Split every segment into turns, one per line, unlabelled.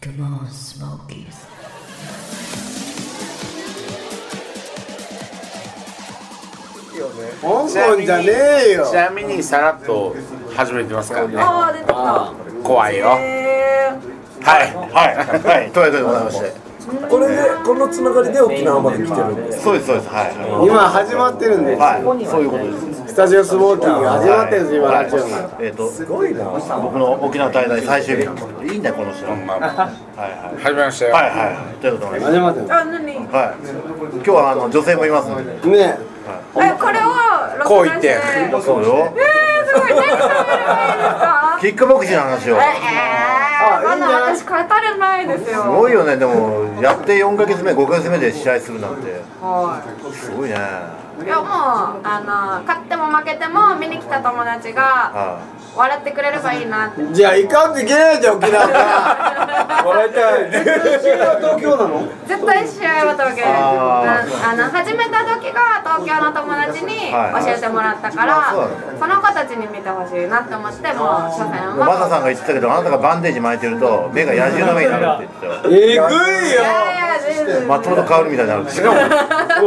Come on, Smokies.
香港じゃねえよ
ちなみにさらっと始めてますからね
ああ出てきた
怖いよはい
へー
はいはいということでございまして
これでこのつながりで沖縄まで来てるんです
そうですそうですはい
今始まってるんです、
はいそういうことです
スタジオスモーキーが始まってるんです、今ラジオが、
えっ、とすごいな僕の沖縄滞在最終日いいんだよこの人はい
まあ
はい
始めましたよ
はいはいということではい
始まってる
あ何え
今日はあの女性もいますので
ね
これは
こう言って
えー、す
そう
ごい何
よ
されればいいですか
キックボクシングの話を
ええー、まだ私語れないです
す
よ
ごいよねでもやって4ヶ月目5ヶ月目で試合するなんて
は
すごいね
いいやもうあの勝っても負けても見に来た友達が
は
笑ってくれればいいなって
じゃあ行かんといけないじゃん沖縄から笑いたい東京なの
絶対試合は東京です
あ
ああの始めた時が東京の友達に
はい
教えてもらったから、
あそうな
その子たちに見てほしいなって思ってもう初戦
いマサ
は
さんが言ってたけどあなたがバンデージ巻いてると目が野獣の目になるって言ってたよ
えぐいよ
いやいや全然
松本薫みたいになるってしかも
も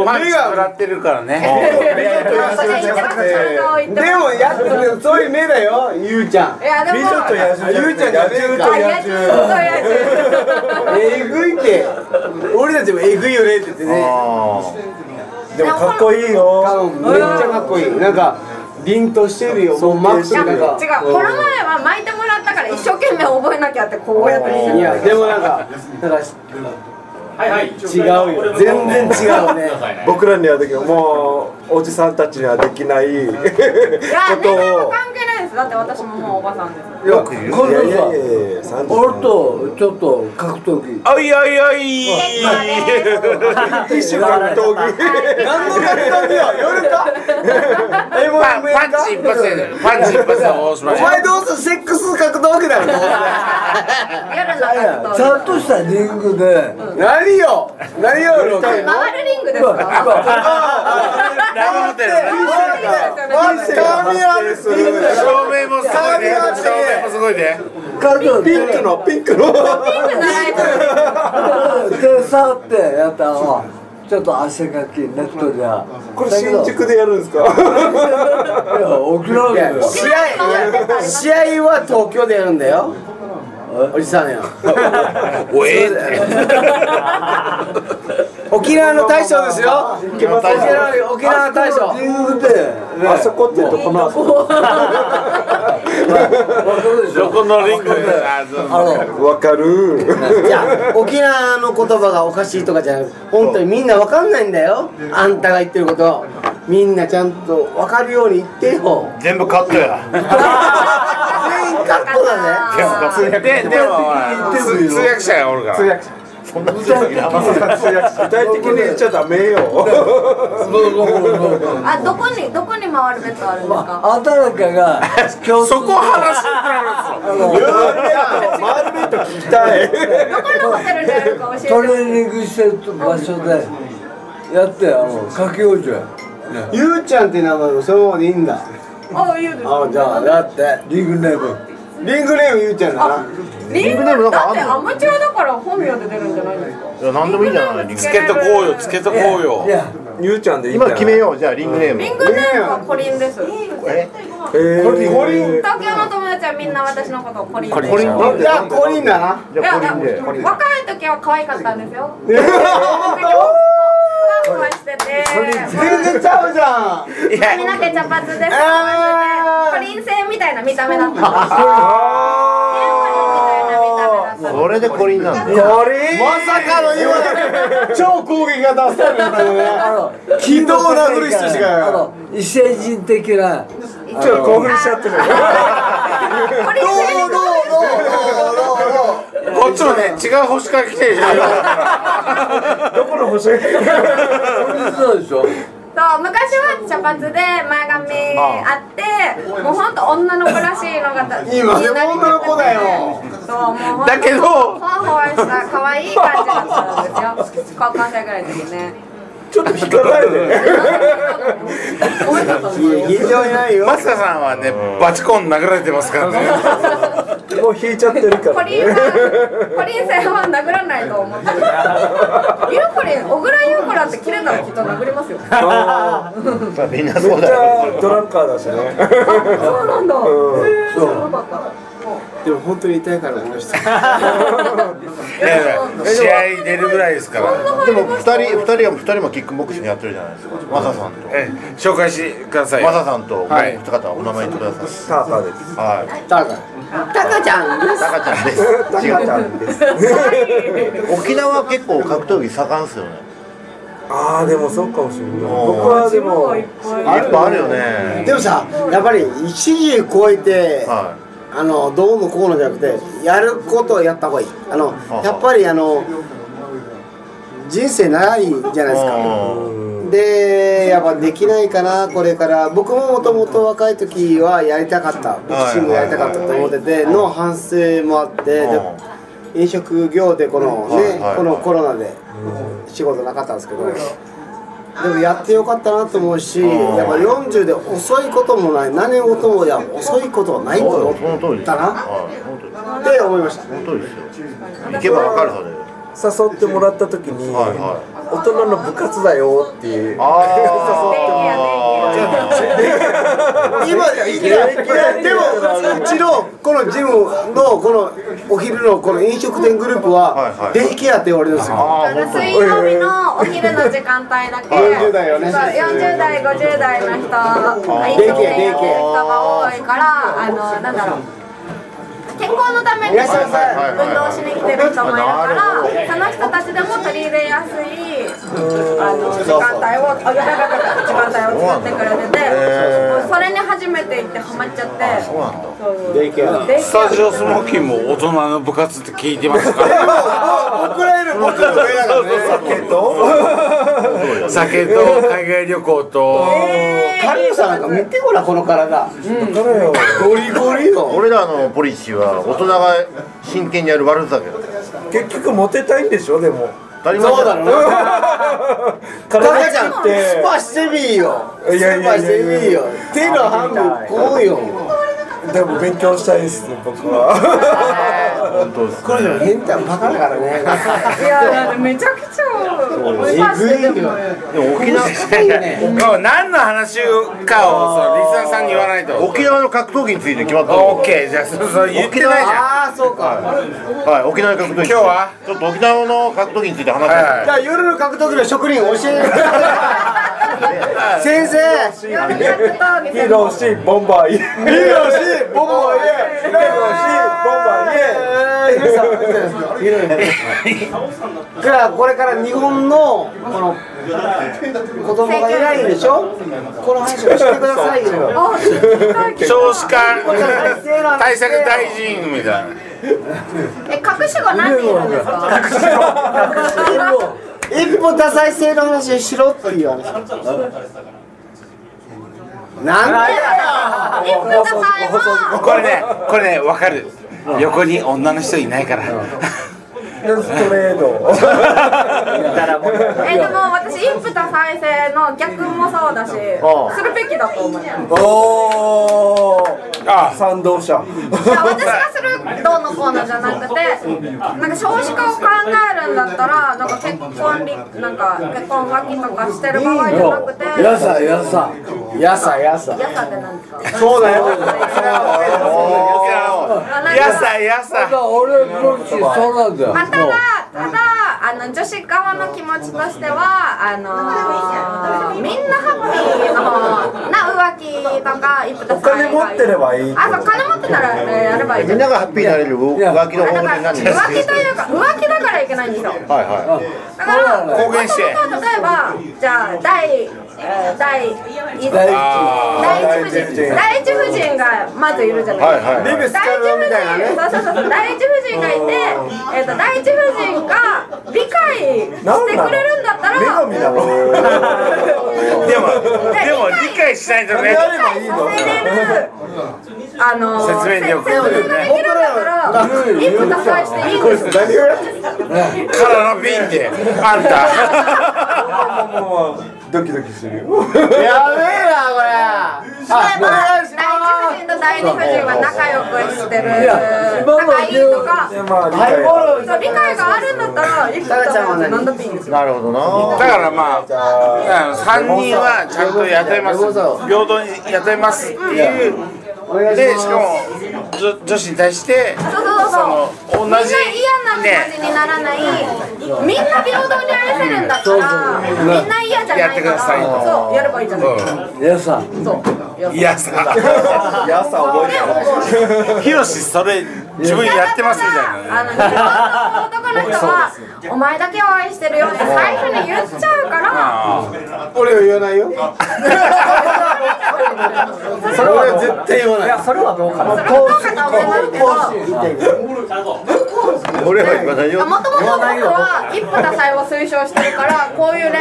う
パン
目
チ
が
食らってるからね
それ言ってますそう言ってます
でもやっそういう目だよゆうちゃん
いやでも
あゆうちゃんじゃねえ
あ
か
やじゅうとやじゅう
えぐいって俺たちもえぐいよねって言ってね
あ
でもかっこいいよ
めっちゃかっこいいなんか凛としてるよもうマックス
違う、
なんか
この前は巻いてもらったから一生懸命覚えなきゃってこうやって見せ
い
る
やでもなんかなんか違うよ全然違うね
僕らにはできるもうおじさんたちにはできない
いや
こ
年
と
齢は
を
関係ないですだって私ももうおばさんです
あよく言う
いやいやいやいや30
俺とちょっと格闘技
おいおいおい
結構です
一種格闘技
何の格闘技よ夜かえもう
パンパ
夜か
ンチ一発でパンチ一発で応しま
お
しょ
前どうするセックス格闘技だろ
夜の
ち
格
ゃんとしたリングで
何よ何よ俺
闘回るリングですか
ラブホテル
マジで神アルする
照明もすごいね照明もすごいね
彼女
ピンクのピンクの
手触ってやったのちょっと汗かきネットじゃ
これ新宿でやるんですか
いや沖縄だよ
試合試合は東京でやるんだよおじさんよ
おえ
沖縄の大将ですよ沖縄の沖縄の大将
リングで
あそこってどこなんですか
どこのリンクあそう
あの
わかる
いや沖縄の言葉がおかしいとかじゃなくて本当にみんなわかんないんだよあんたが言ってることみんなちゃんとわかるように言ってよ
全部カットや
全員カットだね
でも通訳ででもほら通通訳者がおるから
訳
そんな強いなマサさん
具体的に言っちゃダメよ
あどこにどこに回るベッドあるんですか
あたらかが共通
そこ話してたら俺ですよ
回るベッド聞きたい
どこのホテルでやるか教えて
トレーニングしてる場所でやってあのかけようじゃ
ゆうちゃんって名前もそのままでいいんだ
ああ言うです
あじゃあだって
リングネーム
リングネームゆうちゃんだな
リング
リングネームなんか
だ
あ
っ
ん
て
の
アマチュアだから本名で出るんじゃないんですか
いや何でもいいんじゃないリング
つけとこうよつけとこうよ
いや
ゆうちゃんでいいん
今
だよ
決めようじゃあリングネーム
リングネームはコリンです東
え
えー
コリン
京の友達はみんな私のことをコリンって
コリ
い
ンなんで
じゃあコリンだな
じゃ
や
あコリンで
若い時は可愛かったんですよ
え
ふわふわしてて
全然ちゃうじゃん
髪の毛茶髪です
あー
コリン星みたいな見た目だったコリンみたいな見た目だった
それでコリンなんだ
コリンまさかの今超攻撃が出されたの
あ
ね
の
軌道を殴る人し
あ
か
の異星人的な
ちょっと興奮しちゃってる
コリン星
どうどう
こっちもね違う星から来てるじゃん
どこの星
そうでし
そ
ょ
う昔は茶髪で前髪あってもうほんと女の子らしいのが た
今でも女の子だよ
そうもうほんと
だけど
ほわほわした可愛い感じだったんですよ高校生ぐらいの時ね
ちょっと引かないで
覚え てたんですよ
どうどう非常にないよ
マスカさんはねバチコン殴られてますからね
もう引いちゃってるか
コ
ら
リン
ね
さん、コリンさんは殴らないと思ってる。 ゆうこりん、小倉優子だって切れたらきっと殴りますよ。あ、
あー
まあみんな
め
そう
っち
だよ
ゃドラッカーだしね
そうなんだ。へー知らなかった。
でも本当に痛いからこの人
いやいや試合出るぐらいですから
でも二人二人は二人もキックボクシングやってるじゃないですかマサさんと
え紹介してくださいよ
マサさんともう
はい
二方お名前言ってくださ
ターターです
いはい
タカタカちゃんです
タカちゃんで
タカちゃんです
す沖縄は結構格闘技盛んっすよね
ああでもそうかもしれない僕
おー
はでも
いっぱいあるよね
でもさやっぱり一時超えて、
は
あのどうのこうのじゃなくてやることをやった方がいいあの
あ
やっぱりあの人生長いじゃないですかでやっぱできないかなこれから僕ももともと若い時はやりたかったボクシングやりたかったと思ってての反省もあってで飲食業でこの
はいはい
ね
はい
このコロナで仕事なかったんですけどでもやってよかったなと思うしやっぱ40で遅いこともない何事もや遅いことはないと
そ
思
うその通り
っ
です
たな
はいその通りです
って思いました
その通りですよ行けばわかるそれ
誘ってもらった時に
はいはい
大人の部活だよってい う
ああ
今いやいやでもうちのこのジムのこのお昼のこの飲食店グループ
はいは
はいデイケアって言われるんですよ
ああ本当
水曜日のお昼の時間帯だけ
40代よね
そう40代50代の人が飲
で
食
けえ
店やってる人が
で
多いからあのなんだろう健康のために
いらっしゃいませ
運動しに来てる人もいるか
なる
らその人たちでも取り入れやすいあの時間帯をあやばいやばいやばい時間帯を作ってくれてて
へ
それに初めて行ってハマっちゃって
そうなんだ
デイケア
で
スタジオスモーキーも大人の部活って聞いてます から
怒られる僕の上だからね
酒と海外旅行と
カリオさんなんか見てごらんこの体ゴリゴリよ
俺らのポリシーは大人が真剣にやる悪さだけど
結局モテたいんでしょでも
当たり前
そうだろうな
体
赤ち
ち
ゃん
っ
ス
て
パしてみーよ
いやい
ス
や
パ
い
し
やいや
てみーよ手の半分こうよ
でも勉強したいですね僕は
本当ですね
変態バカだからね
いやだってめちゃくちゃスパしてても
でも沖縄
うん何の話かをそうリスナーさんに言わないと
沖縄の格闘技について決まった
オッケーじゃあそうそう言ってないじゃん
ああそうか
はい沖縄の格闘技
今日は
ちょっと沖縄の格闘技について話し
はい
た
はいい
じゃあ夜の格闘技の職人教えてください先生
夜格闘技
ヒーローシーボンバーイエ
ヒーローしボンバーイエ
ヒーローシーボンバーイエ
えーヒロさんヒロさんじゃあこれから日本のこの子供が偉いんでしょこの話をしてくださいよ
あ聞きたい聞きたい
少 子化対策大臣みたいな
え、隠し子何人いるんですか。隠し子。
一歩多妻制の話をしろっていう話なんでだよ
一夫多妻も。
これねこれねわかる横に女の人いないから
ーストレ
え、で
ート
も、私一夫多妻制の逆もそうだし、するべきだと思う。いや、
お
あ
ー 賛同者
私がするどうのこうのじゃなくて、なんか少子化を考えるんだったら、なんか結婚り、なんか結婚浮気とかしてる場合じゃなくて。
やさやさ
やさやさ
やさってなんですか。
そうだよ
沖縄の やさや
だから
さ
俺のしそうなんだよ
まあただただあの女子側の気持ちとしてはあのーみんなハッピーのな浮気とか一夫多妻
お金持ってればいい
あそう金持ってたら、ね、やればいいじ
み
ゃ
ん
んあ
ながハッピーになれる浮気の
だ
方
か
法
ら
にな
浮気
るん
と
で
い
すよ
うか浮気だからいけないんですよ
はいはい
だから
公言して
元々例えばじゃあ第、えー第一
あ
第一夫人第一夫人がまずいるじゃないですか、
はいはいはい
レベスカ
第一夫
ルみたいなね
人、そうそうそうそう、第一夫人がいて、えっと、第一夫人が理解してくれるんだったら。
女神だろ
でもでも理解しないとね
やればいいの
させれるあのー
説明力
説明ができるんだから一歩多妻していいんですよ
からのピンであん た
もうドキドキするよ
やべえなこれあお願いし
第一夫人と第二夫人は仲良くしてる
いや今の
仲いいとか
でまあ理
ハイ
解
ボール
そう理解があるんだったら生きてたら何だっていいんですよ
なるほど
だ
な
からまあ、3人はちゃんと雇います、平等に雇いますっていう、
お願いし
で
ます
しかも女女子に対して、
そうそうそう
その同
みんな
じ
嫌な感じにならない、みんな平等に愛せるんだったら、みんな嫌じゃない
やって
か
くだ
ら
さいと
そうやればいいじゃないですか、
皆さん
そう
いやさ、
いやさ覚えてない
ヒロシ、それ、自分やってますみたいなね。
あの日本の男の人は「お前だけを愛してるよ」って最初に言っちゃうから
俺は言わないよ
それは絶対言わない
それはどうかと思いますけど
俺は今何を
もともと僕は一夫多妻を推奨してるからこういう恋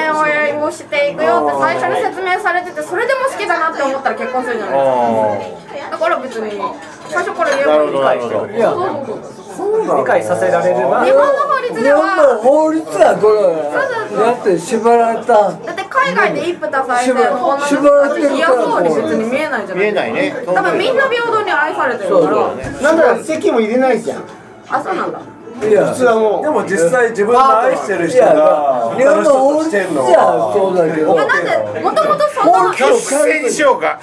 愛をしていくよって最初に説明されててそれでも好きだなって思ったら結婚するじゃないですかだから別に最初から言えばいいから
なるほどなるほど
いやそうそうそう
理解させられれば
日本の法律
日
で
本の
は
法律はこれだって縛られた
だって海外で一夫多妻制の女の人たち嫌そうに別に見えないじゃな
見え
い
ないね
多分みんな平等に愛されてるから
なんだか席も入れないじゃん普
あそうなんだ
いや
通はもう
でも実際自分の愛してる
い
人
や
が
日本の法律
し
じ
て
ゃ
んの
そうだけど
まあなんでもともとそんな
一斉にしようか。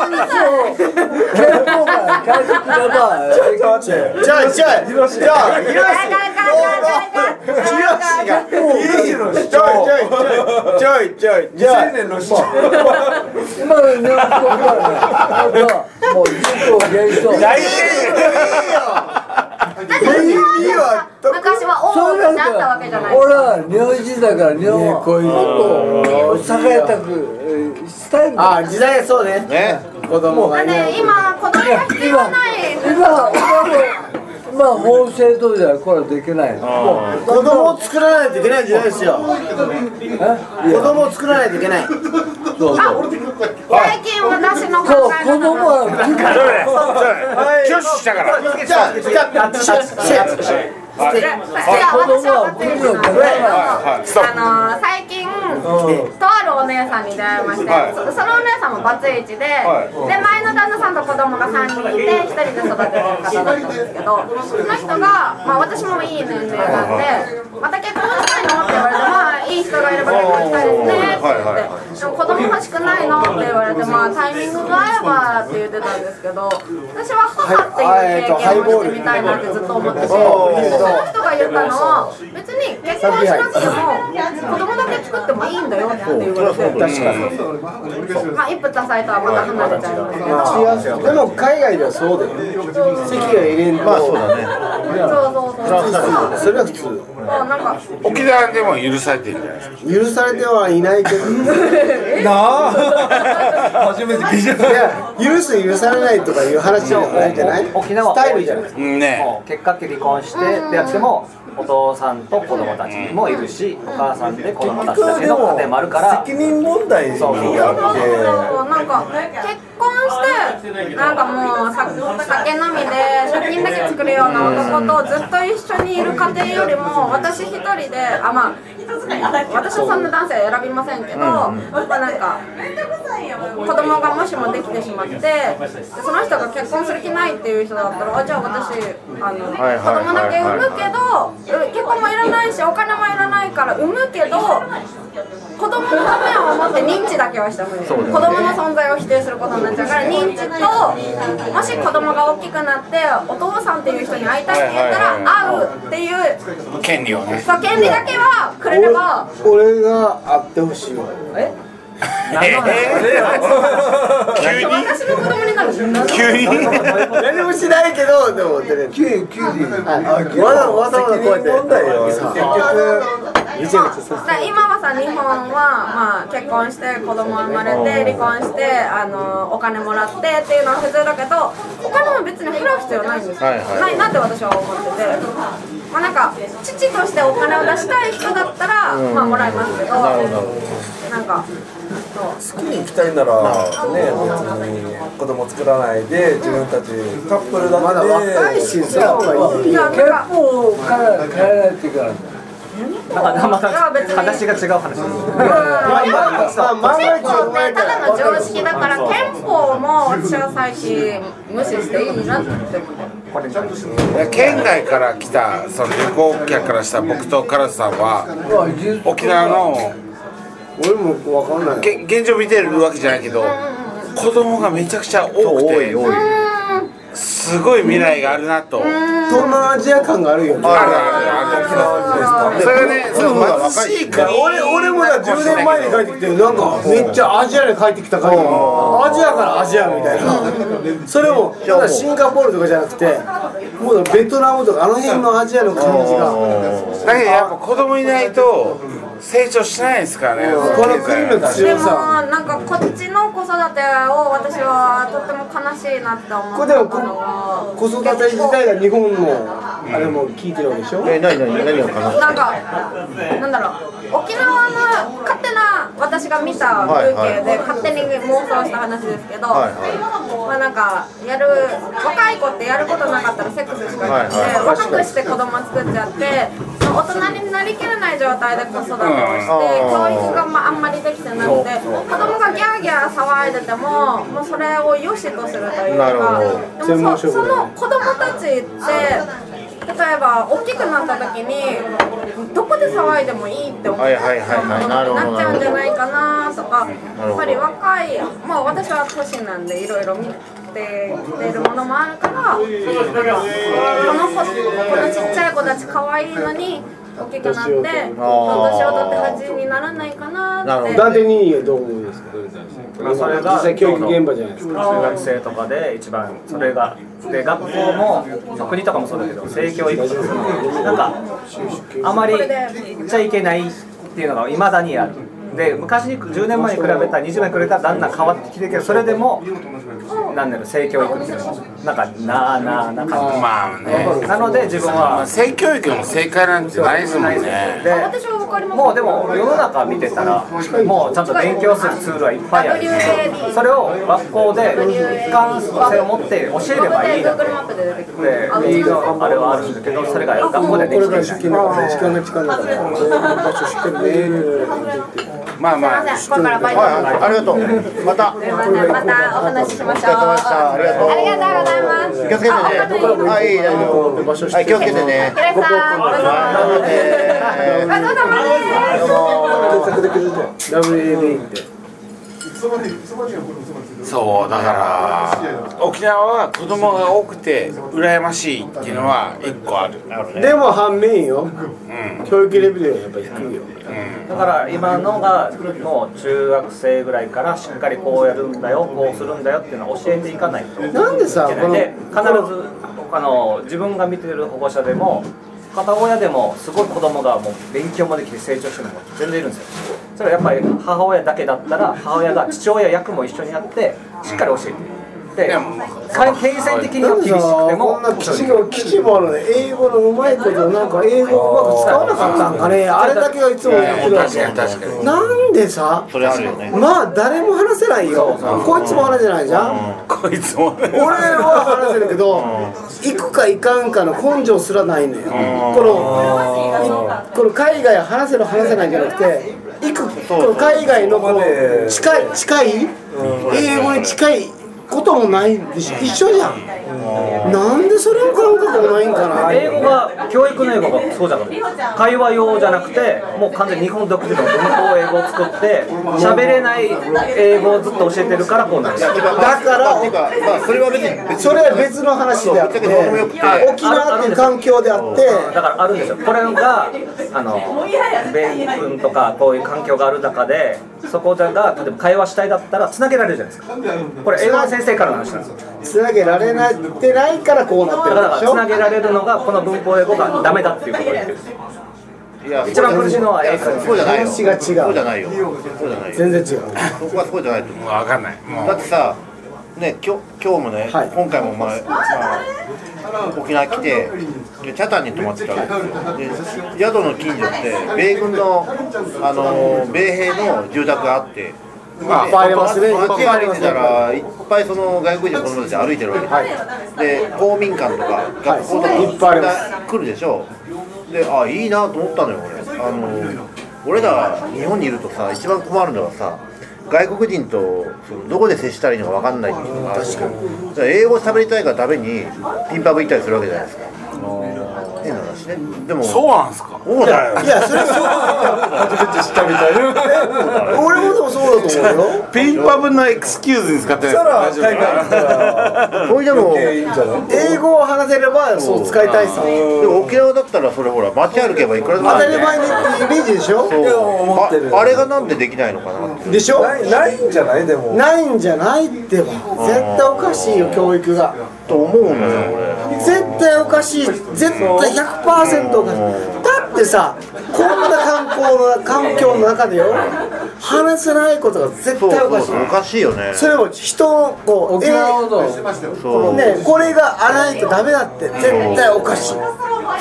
じゃあじゃあじゃあじゃあじゃ
ガンガンガンガンガンガン
ちょっと待って
憲法が変えてくれば
ガンガン
ヒロシの主張
あじゃあじゃあじゃあ
2000年の主張
今の日本はねもう人口減少
大変
だって日本では昔は
そ
王
う
に
なん
なったわけじゃない
か俺は日本人だから日本はもっと栄えたくえーしたいんだ
あ時代そうね
ね
子供が
なんで今子供が必要ない
今今の今法制度じゃこれはできないの
子供を作らないといけない時代ですよ子供を作らないといけない
最近私の考
そう
え
子
方
供
が
は作
それそれ拒否したから。
じゃあじゃあじゃあじゃあ
いや私は学生じゃないあの最近とあるお姉さんに出会いましてそそのお姉さんもバツイチでで前の旦那さんと子供が3人いて1人で育ててる方だったんですけどその人がまあ私もいい年齢なんでまた結婚したいのって言われてまあいい人がいれば結婚したいですねって言ってでも子供欲しくないのって言われてまあタイミングが合えばって言ってたんですけど私は母っていう経験をしてみたいなってずっと思っててその人が言ったのは別に結婚しなくても子供だけ作ってもいいんだよって言われてまあ一夫多妻とはまた離れちゃいますけどそう
でも海外ではそうだよ席が入れんと
まあそうだね
そうそうそう
それは普通
そうなんか
沖縄でも許されてるじゃないですか。
許されてはいないけど
初めて聞いた
いや許す許されないとかいう話じゃないじゃない
沖縄
スタイルじゃない
うんね。
もう結果的に離婚してであってもお父さんと子供たちもいるしお母さんで子供たちだけの家庭もあるから
責任問題に
そう
あって
なんか結婚してなんかもう酒酒飲みで借金だけ作るような男とずっと一緒にいる家庭よりも私一人であまあ私はそんな男性は選びませんけど、まあなんか子供がもしもできてしまってでその人が結婚する気ないっていう人だったらあじゃあ私あの、
いはいはい
子供だけ産むけどう結婚もいらないしお金もいらないから産むけど子供のためを思って認知だけはしてもいい、子供の存在を否定することになっちゃうから認知ともし子供が大きくなってお父さんっていう人に会いたいって言った
はいはい
ら会うっていう
権利をね。
そう権利だけはくれれば
俺俺が会ってほしいわ
急に
私の子供になるんですよ
急に
何もしないけどでもテレビ
キュウキュウでいい
はいわざわざこうやって
責任問題よ
まあ、だから今はさ日本は、まあ、結婚して子供生まれて離婚してあのお金もらってっていうのは普通だけどお金も別に払う必要ないんですよ、
はいはい
ないなって私は思ってて、まあ、なんか父としてお金を出したい人だったら、まあ、もらいますけどなんか
好きに行きたいならね別に子供作らないで自分たちカップルだ
ま
けで
だ若いしそうがいい
いやなん
憲
か
法から変えないといけないんだよ
だからまた
いや別に
話が違う話です
まあまあまあまあ
憲法ってただの常識だから憲法も私は最近無視していいなって思って
これに対して
県外から来たその旅行客からした僕とカラスさんは沖縄の
俺もわかんない。
げ現状見てるわけじゃないけど子供がめちゃくちゃ多く
多
て
い多い
すごい未来があるなと。
東南アジア感があるよね。
あるあるあるそれがね、その貧しい国
俺俺もだ10年前に帰ってきてなんかめっちゃアジアに帰ってきた感じアジアからアジアみたいなそれもただシンガポールとかじゃなくてもうベトナムとかあの辺のアジアの感じが
だけどやっぱ子供いないと成長しないですからね
この国の
で
強
も
さ
なんかこっちの子育てを私はとっても悲しいなって思
こ
っ
れでも
た
こ
のは
子育て自体が日本のあれも聞いてるわけでしょ
え何何何が悲しい
なんかなんだろう沖縄の勝手な私が見た風景で勝手に妄想した話ですけど、
はいはい
まあなんかやる若い子ってやることなかったらセックスしかなくて、
はいはい
若くして子供作っちゃってその大人になりきれない状態で子育てをして教育がまああんまりできてなくて子供がギャーギャー騒いでてももうそれを良しとするという
なる
か
ほど
でも
専門職
そその子供たちって例えば大きくなった時にどこで騒いでもいいって思っ
は
て
いはいはいはいなるほど
なっちゃうんじゃないかなとか
なる
や
ほ
っ
ど
ぱり若いまあ私は年なんでいろいろ見てきてるものもあるからなんかこの子このちっちゃい子たち可愛いのに大きくなって年を取って恥にならないか
な
な
る
っ
ほ
て。
伊達にはどう思うんですか
まあそれが
実際教育現場じゃないですか
中学生とかで一番それがで学校もまあ国とかもそうだけど性教育とかそのなんかあまり言っちゃいけないっていうのが未だにあるで昔に10年前に比べたら20年くれたらだんだん変わってきてるけどそれでもなんだろう性教育っていうのもなんかなあなあな感じ
まあね
なので自分は
性教育の正解なんてないですもんね
で
私は分かります
もうでも世の中見てたらもうちゃんと勉強するツールはいっぱいある
WAD
それを学校で一貫性を持って教えればいいだって
グルマップで出てくる。
っていうのあれはあるんだけどそれが学校でで
これから
きてい
出
ない
勤だから時間が時間だから場所しっかりね
まあ
すい
まあ
ません、これからバイトし
はい
ます。
はいありがとうまた
すいません、またお話ししましょう。
お疲れ様でしたありがとう
ありがとうございます。
気をつけてね
ああと一個
はい大丈夫
場所し
はい
っ
気を
か
つ
り
けてね
平井さん、ごちそうさまです。ごちそうさまです。
WAB って
そうだから沖縄は子供が多くて羨ましいっていうのは一個ある
でも反面よ、教育レベルはやっぱり低いよ、
だから今のがもう中学生ぐらいからしっかりこうやるんだよこうするんだよっていうのを教えていかないといけ
なんでさこ
ない
の
で必ずあの自分が見てる保護者でも片親でもすごい子供がもう勉強もできて成長してるのも全然いるんですよそれはやっぱり母親だけだったら母親が父親役も一緒にやってしっかり教えてで
でも
か金銭的に
なん
は厳
で
し
さ
くて
こ
も
んな基地の基地もあるね英語のうまいことなんか英語をうまく使わなかったんかねあれだけはいつも言ってるわ
確
け
かに確かに
なんでさ
それあるよね
まあ誰も話せないよこいつも話せないじゃん、
こいつも
俺は話せるけど、行くか行かんかの根性すらないのよ、このいこの海外話せる話せないじゃなくて行くこの海外のこの 近い近い英語に近いこともないんでしょ一緒じゃんなんでそれを感覚もないんかな
英語が教育の英語がそうじゃなくて会話用じゃなくてもう完全に日本独自の文法英語を作って喋れない英語をずっと教えてるからこうなる
だから
っていうかまあそれは別に
それは別の話であって
そうぶっちゃけどうでもよくて
沖縄っていう環境であって
だからあるんですよこれがあの米軍とかこういう環境がある中でそこが例えば会話したいだったらつなげられるじゃないですかこれ英語の先生からの話なんですよ
つなげられなってないからこうなって
だ
る
か
んでし
らつ
ょ
なげられるのがこの文法英語がダメだっていうことを言ってる
いや
一番苦しいのは英語です
そうじゃないよ
話が違う
そうじゃないよそうじゃないよ
全然違う
そこはそうじゃないと思う
もう分かんないも
だっ
う
てさね今日今日もね、
はい
今回もまあ、まあ沖縄来てで北谷に泊まってたわけですよで宿の近所って米軍のあのー米兵の住宅があって
いっぱいありますね
で街
いっぱいあり
歩
ま
い
す
て
ね
たらいっぱいその外国人の子供たち歩いてるわけですよ、で公民館とか学校とか、
はいいっぱいあります
来るでしょであいいなと思ったのよ俺あの俺ら日本にいるとさ一番困るのはさ外国人とそのどこで接したらいいのか分かんないっていうのがあるんですけどだから英語喋りたいがためにピンパブ行ったりするわけじゃないですか変な話ねでも
そうなんですか
そうだよ
いやそれは
初めて知ったみたいな。
そう俺もでもそうだと思うよ
ピンパブのエクスキューズに使ってない
たら
で
海
すか
外行ったら
それでも
余計いいんじゃない？
英語を話せればそう使いたいさ
でも沖縄だったらそれほら街歩けばいくらでも
当
あ
た
る
り
ね
前にってイメージでしょ
そう
や思ってる
ああれがなんでできないのかなって
でしょ
ないないんじゃないでも。
ないんじゃないってば絶対おかしいよ教育が
と思うのよ俺
絶対おかしい絶対100%おかしいだってさこんな観光の環境の中でよ話せないことが絶
そう
対お
そ
か
う
しい
そうおかしいよね
それを人をこう
沖縄ほど
そう
ねこれが荒いとダメだって絶対おかしい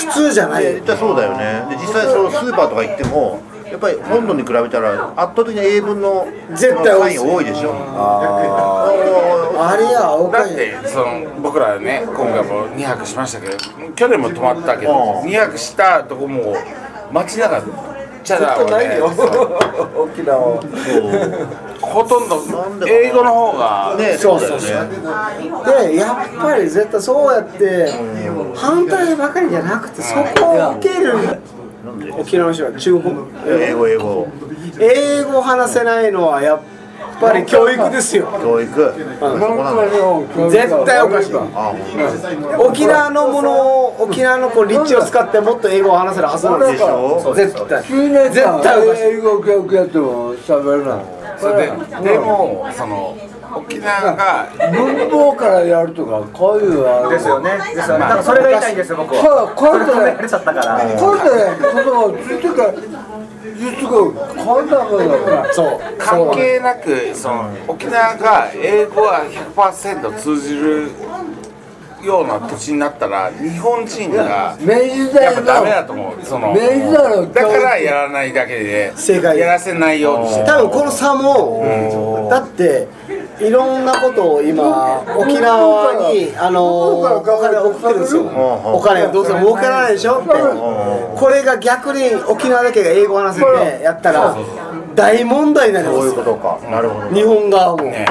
普通じゃない
絶対そうだよねで実際そのスーパーとか行ってもやっぱり本土に比べたら圧倒的に英文の
絶対多
多
い
い
です
多いでしょ
あ
あれやお
だ
か
っ
しい
てその僕らね今回も2泊しましたけど去年も泊まったけど
うん
2泊したとこも街中じゃ
あ。ないよ。
ね
沖縄。
ほとん
なんで
ど
かな
英語の方が
ねそうだよね
でやっぱり絶対そうやって反対ばかりじゃなくてそこを受ける
なんで
沖縄の人は中国
英語英語
英語を話せないのはやっぱり教育ですよ
教育そこなんだよ
絶対おかしい
あほんと
沖縄のものを沖縄のこう立地を使ってもっと英語を話せるはずなんです
でし
よ
ょ
絶対
急にや
絶対おかしい
英語教育やっても喋れない
それででもその沖縄が
文法からやるとかこういうあれ
ですよねですよねだからそれが痛いんですよ僕は
そうこうや
そ
っ
れ止め
て
ら
ね
れちゃったから
こうやってね言葉をついてから言ってこうこんなもんだからそう
関係なくその沖縄が英語は100%通じるような土地になったら日本人が
明治時
やっ
代
ぱ
の
ダメだと思うその
明治時代の
だからやらないだけで
正解
やらせないようにして
多分この差もだっていろんなことを今沖縄にあのお金を送ってるんですよお金どうせ儲からないでしょってこれが逆に沖縄だけが英語を話せてやったら大問題になりま
そういう
す
こ
よ
とかなるほど
日本側も
ね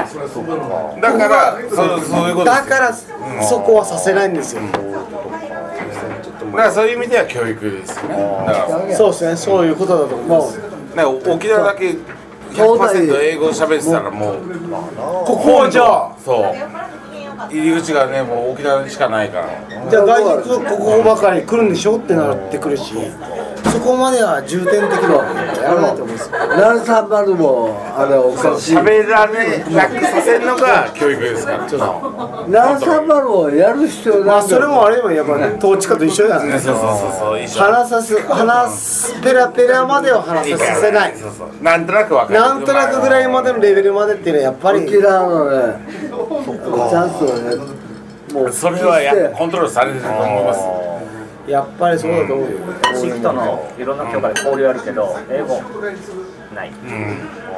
だからそうそういうことです
だからそこはさせないんですよ
だからそういう意味では教育ですよねだか
そうですねそういうことだと思う
らなんか沖縄だけ100%英語を喋ってたらもう
ここはじゃあ
そう入り口がねもう沖縄にしかないから
じゃあ外人ここばかり来るんでしょってなってくるしそこまでは重点的にはやらないと思うんですよ
何三丸もあれおかしい
喋られなくさせるのが教育ですからそう
何三丸をやる必要
ま
な
あ
い
そ
んだ
れもあれもやっぱね統治下と一緒だね
そうそうそう一緒
話さす話すペラペラまでは話させない
そうそうなんとなくわかる
なんとなくぐらいまでのレベルまでっていうのはやっぱり
沖縄のねチャンスをねもう
それはや
して
コントロールされてると思います
やっぱりそうだと思うよ
シフトのいろんな教科で交流あるけど英語ない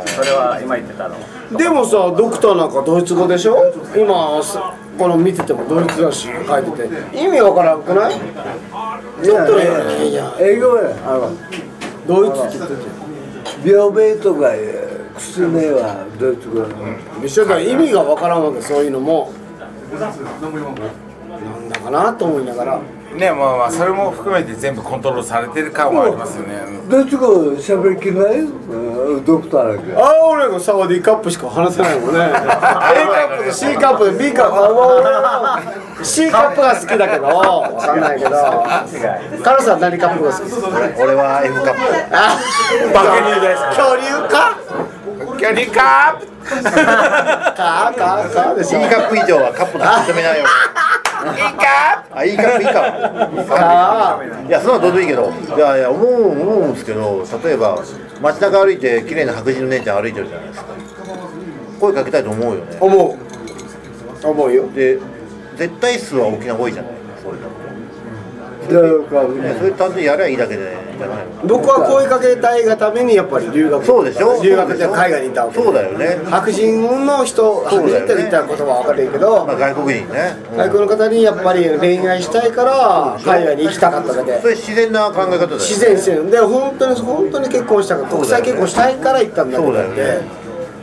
それは今言ってたの
でもさドクターなんかドイツ語でしょ今さこの見ててもドイツだし書いてて意味わからんくないちょっとねいや
英語はねあの
ドイツって言ってて
病名とかえー靴名はドイツ語だから
でしょだから意味がわからんわけそういうのもなんだかなと思いながら
ねまあまあそれも含めて全部コントロールされてる感はあります よね
ドイツ語喋りきれないうんドクターだけど
ああ俺がサワディカップしか話せないもんね A カップと C カップ B カップあもう C カップが好きだけどわかんないけどカラさん何カップが好き
俺は F カップ
あ
バカニューです
恐竜か
キャリーカープ
かかかでし
C
ょ
カップ以上はカップの認めないよ
いいカ
あいいカップいいカ
か
ップいやそんなのどうでもいいけどいやいや思う思うんですけど例えば街中歩いて綺麗な白人の姉ちゃん歩いてるじゃないですか声かけたいと思うよね
思う思うよ
で絶対数は沖縄多いじゃないそういうのってそねそれ単純にやりゃいいだけでじゃないの
僕は声かけたいがためにやっぱり留学
そうでしょ
留学って海外にいたわけ
そうだよね
白人の人
そ
白
うだよね
人って言ったら言葉は分かるけど
まあ外国人ね
外国の方にやっぱり恋愛したいから海外に行きたかっただけ
それ自然な考え方だよ
自然自然で本当に本当に結婚したかった
そう
国
だよ
際
ね
結婚したいから行ったんだけ
そう
ど
だよね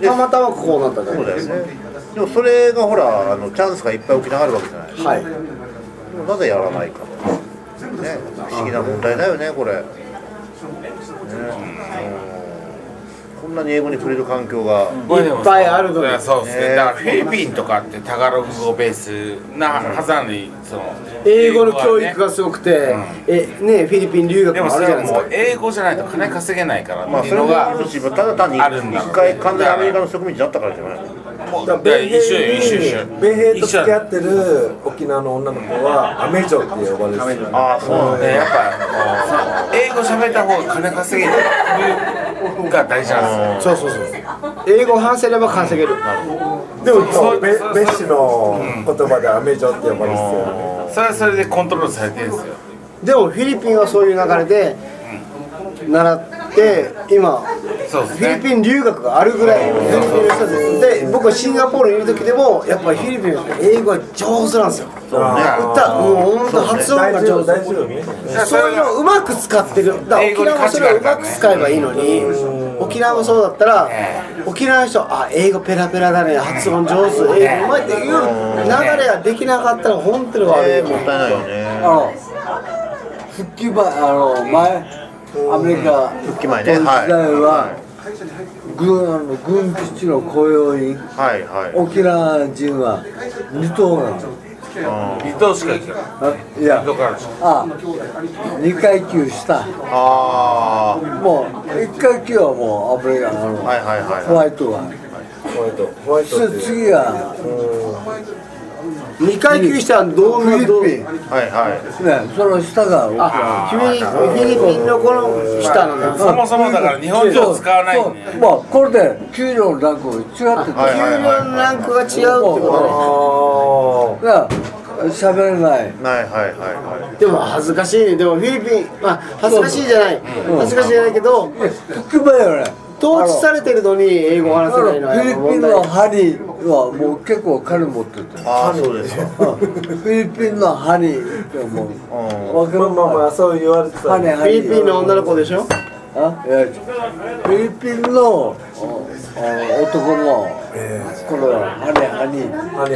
でたまたまこうなっただ
そう
け
だよねでもそれがほらあのチャンスがいっぱい起きながらあるわけじゃない
はい
なぜやらないかね不思議な問題だよねこれ、ねうんこんなに英語に触れる環境が
いっぱいあるのに
ねそうです
ね
ねだからフィリピンとかってタガログ語ベースなはずなのにその
英語の教育
は
が
ね
すごくてえねフィリピン留学
でも
もあ
そ
る
れ
じゃな
は
ですか
いもう英語じゃないと金稼げないから
ま
っ
あ
て
そ
いう
れ
の
も
が
あるしまあただ単に
あるんだろうね
一回完全にアメリカの植民地だったからじゃない
もうだから
だから米
一緒よ一緒一緒
兵米兵と付き合ってる沖縄の女の子はアメジョって呼ばれるんですよ
ああそうなん
ね
だ
やっぱこう英語喋った方が金稼げるが大事なんですよ
そうそうそう英語を話せれば稼げる
でもそうベベッシの言葉でアメジョって呼ばれるんですよね
それはそれでコントロールされてるんですよ
でもフィリピンはそういう流れで習って今
そうです
フィリ
ね
ピン留学があるぐらいフィリピンの人ですで僕はシンガポールにいる時でもやっぱりフィリピンの人英語が上手なんですよ歌もう本当発音
大
が
丈
上
夫
手
大丈夫ね
それをうまく使ってるだから
英語
沖
に
縄も
価値
そ
があ
れを
る
う
から
ま
ね
く使えばいいのに沖縄もそうだったら沖縄の人あ英語ペラペラだね発音上手英語うまいっていう流れができなかったら本当に悪
え
い
ーもったいないよ
あ
ね
の復帰前あの前アメリカ
復帰前ね
時
はい
代は軍あの軍基地の雇用員
はいはい
沖縄人は二等なの
離島しか行けない
あいや
だから
あ二階級下
あ
もう一階級はもうアメリカのあの
あはいはいはい
ホワイトが
ホワイトホワイト
そ
って
して
いう
次が
2階級したらどうなどう
フィリピン
はいはい
ねその下が沖縄
あ君フィリピンのこの下なんだ
そもそもだから日本人を使わないんで
そうそうまあこれで給料のランクが違ってて、
はいはい
給料のランクが違うってこ
あ
だから喋れない
はいはいはいはい
とねでも恥ずかしいねでもフィリピンまあ恥ずかしいじゃない恥ずかしいじゃないけど
聞けばよね
統治されてるのに英語を
だ
話
か
せ
ら
な
フ
いのはや
ィリ
っぱ問題
ピンのハリはもう結構金持ってて
ああそうですか
うんフィリピンのハリって思う
うん
わ
あ
か
まあ
る
まあまあそう言われてた
ハリ
ね
ハ
フ
リ
ィリピンの女の子でしょ
あいやフィリピンのおお男のこのハリハ
ハ
リ
ニーハニ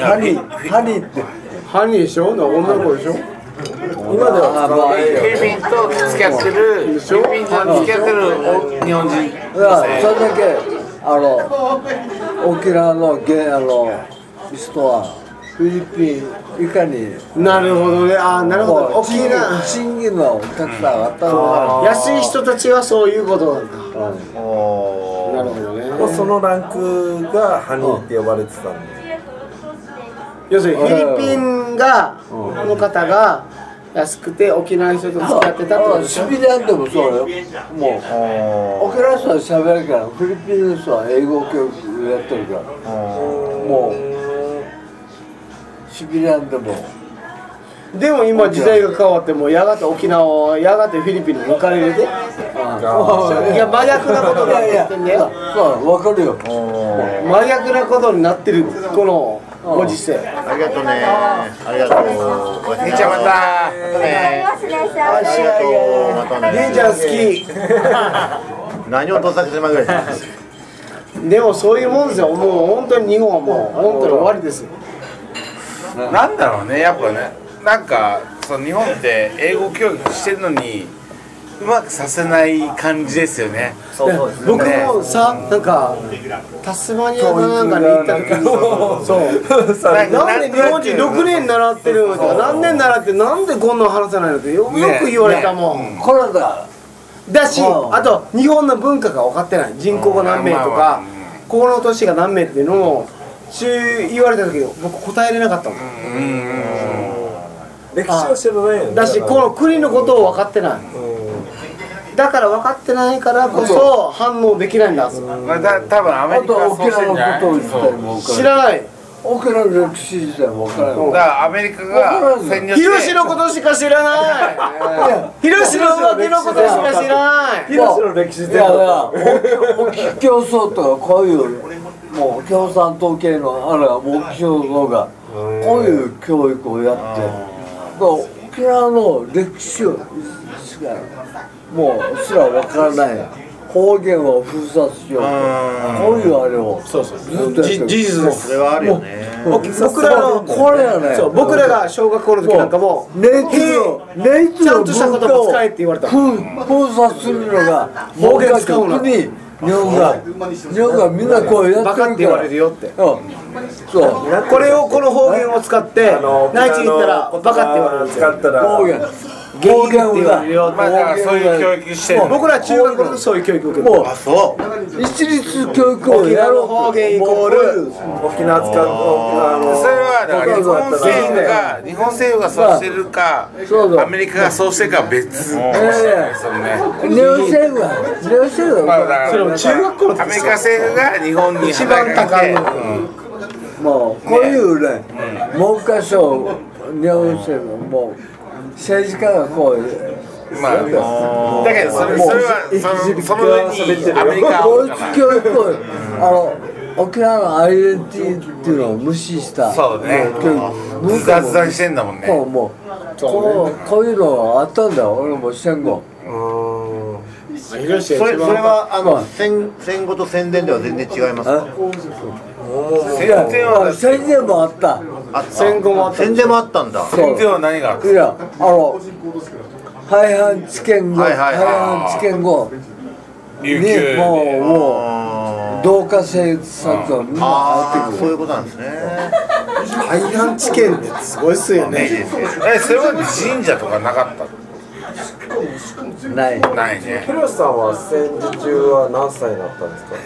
ハリハリって
ハニーでしょ女の子でしょ
ー今では
あまあいいよ
フィリピンと付き合ってるフィリピンと付き合ってるお日本人
だからそれだけあの沖縄のゲあの人はフィリピンいかに
なるほどねあーなるほど
もう
沖
賃金
縄
賃金のたくさん上がったのが
安い人たちはそういうことなんだ
お
な
ー
るほどね
そのランクがハニーって呼ばれてたんで
要するにフィリピンがの方が安くて沖縄の人と付き合ってたってことでし
シ
ょ
ビリアンでもそうよ
お
もう
ー
沖縄の人は喋るからフィリピンの人は英語教育やってるから
お
もうシビリアンでも
でも今時代が変わってもうやがて沖縄をやがてフィリピンに抜かれるでい
あ
や真逆なことに
い
な
や
っ
い
て
や
んだよ
そうわかるよ
ーおー
真逆なことになってるこのご時世
ありがとうねありがとうおやすみ
めちゃまた
ねありがとうまたね
レンジャー
何をどさくせまぐらいです
好きでもそういうもんですよもう本当に日本はもう本当に終わりですよ
なんだろうねやっぱねなんかその日本って英語教育してるのにうまくさせない感じですよね
そうそうですね
僕もさなんかタスマニアかなんかに行った時にそう
なんか
なんで日本人6年習ってるのとか何年習ってなんでこんなん話せないのってよよ
ね
く言われたもん、
コロナ
だし
うん
あと日本の文化が分かってない人口が何名と
うんまあ
か
ま
ここの都市が何名っていうのを中言われた時僕答えれなかったもん
うんうん
歴史を知らないよね
だしこの国のことを分かってないだから分かってないからこそ反応できないんだ
うんまあ、だ多分アメ
あ
リカ
と
は
沖
そうしてんじゃな
縄
い
のことを言ってる
そう
知らないオケラの歴史自体わからない。
だからアメリカが占領して
ヒロシのことしか知らないヒロシの浮気のことしか知らない
広の歴史全部いやいや大き競争とかこういうもう共産党系のあれは大き競争がこういう教育をやってだから沖縄の歴史をしかもうすらわからない方言を封殺しようとこういうあれをずっとやって
事
る
実です
それはあるよね
僕らの
これやね
そう僕らが小学校の時なんかも
ネイティブネイティブ
ちゃんとした言葉使えって言われた
封封鎖するのが
暴言使うな
僕が逆に日本が日本がみんなこうやってるから
バカって言われるよって
うんそう
これをこの方言を使って内地に行ったらバカって言われるんですよ
使ったら
暴言暴言をだ
まあだからそういう教育してる
もう
僕ら中学校でそういう教育を受けてる
もう
あそう
一律教育をやろうと
方言イコール
もうこ
沖縄使うあの
それはだから日本政府が日本政府がそうしてるか
そうそう
アメリカがそうしてるかは別かもしれないですよね
ういうネオ政府はネオ政府
まあ
は
だから
中学校の
アメリカ政府が日本に働きかけてうん
もうこういうね文科省日本政府もう政治家がこう
まあだけどそれそれはそのその上にアメリカは
統
多いか
一
ら
教育をあの沖縄のアイデンティティっていうのを無視した
そうね
教育文
ず
化
た
も
ずたにしてんだもんね
もうもうこうこういうのあったんだよ俺も戦後
それそれはあの戦戦後と戦前では全然違いますか
いや戦前
戦前は
もあった
あ戦後もあった戦前もあったんだ
そう
戦前は何があるんで
いやあの廃藩置県後
は
廃
いはいはい
藩置県後
すか琉球
にもうも
あ
う同化政策がみんな入
あ
ってく
ーそうい
る
うことなんですね
廃藩置県ってすごいっすよ
いい
ね
ですよ
えそれまで神社とかなかった
ない
ないね
ヒロシさんは戦時中は何歳だったんですか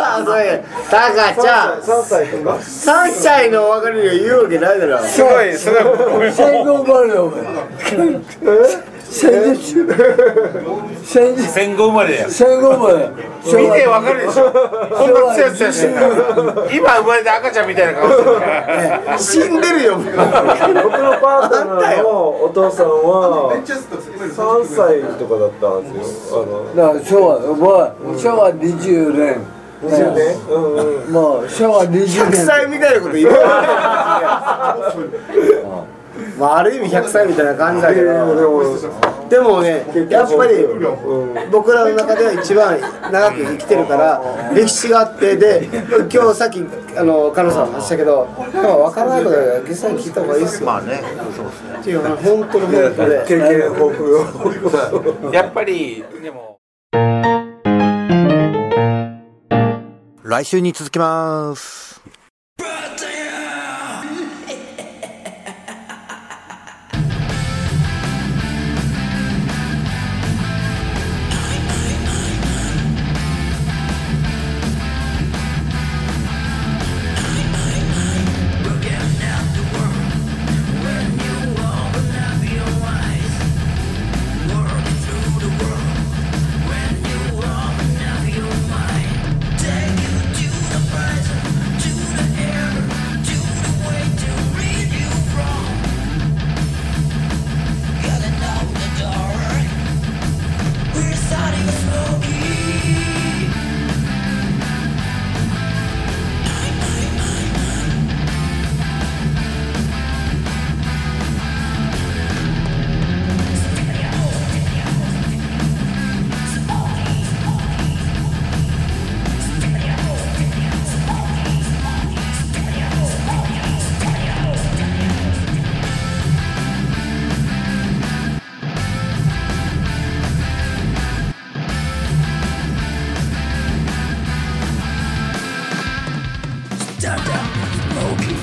あ そうやタカちゃん
3歳とか
3歳のお別れに言うわけないだろ
すごいすごい
戦後生まれだよお前戦時中戦時
戦後生まれだよ
戦後生まれ
見てわかるでしょこんなツヤツヤしてんだ今生まれた赤ちゃんみたいな顔してるから
死んでるよ僕
僕のパートナーのお父さんは3歳とかだったんですよあの
だから昭和もう昭和20年
20年うんうん
もう昭和20
100
年
歳みたいなこと言ってる まあある意味100歳みたいな感じだけ
で
ど
も
でもねやっぱり
うん
僕らの中では一番長く生きてるから歴史があってで今日さっきあの彼女さんも話したけどでも分からないことは実際に聞いた方がいいですよ
まあねそうですね
っていうのは本当の本当で。
経験豊富よ
やっぱりでも
来週に続きます
スタンダップスモーキー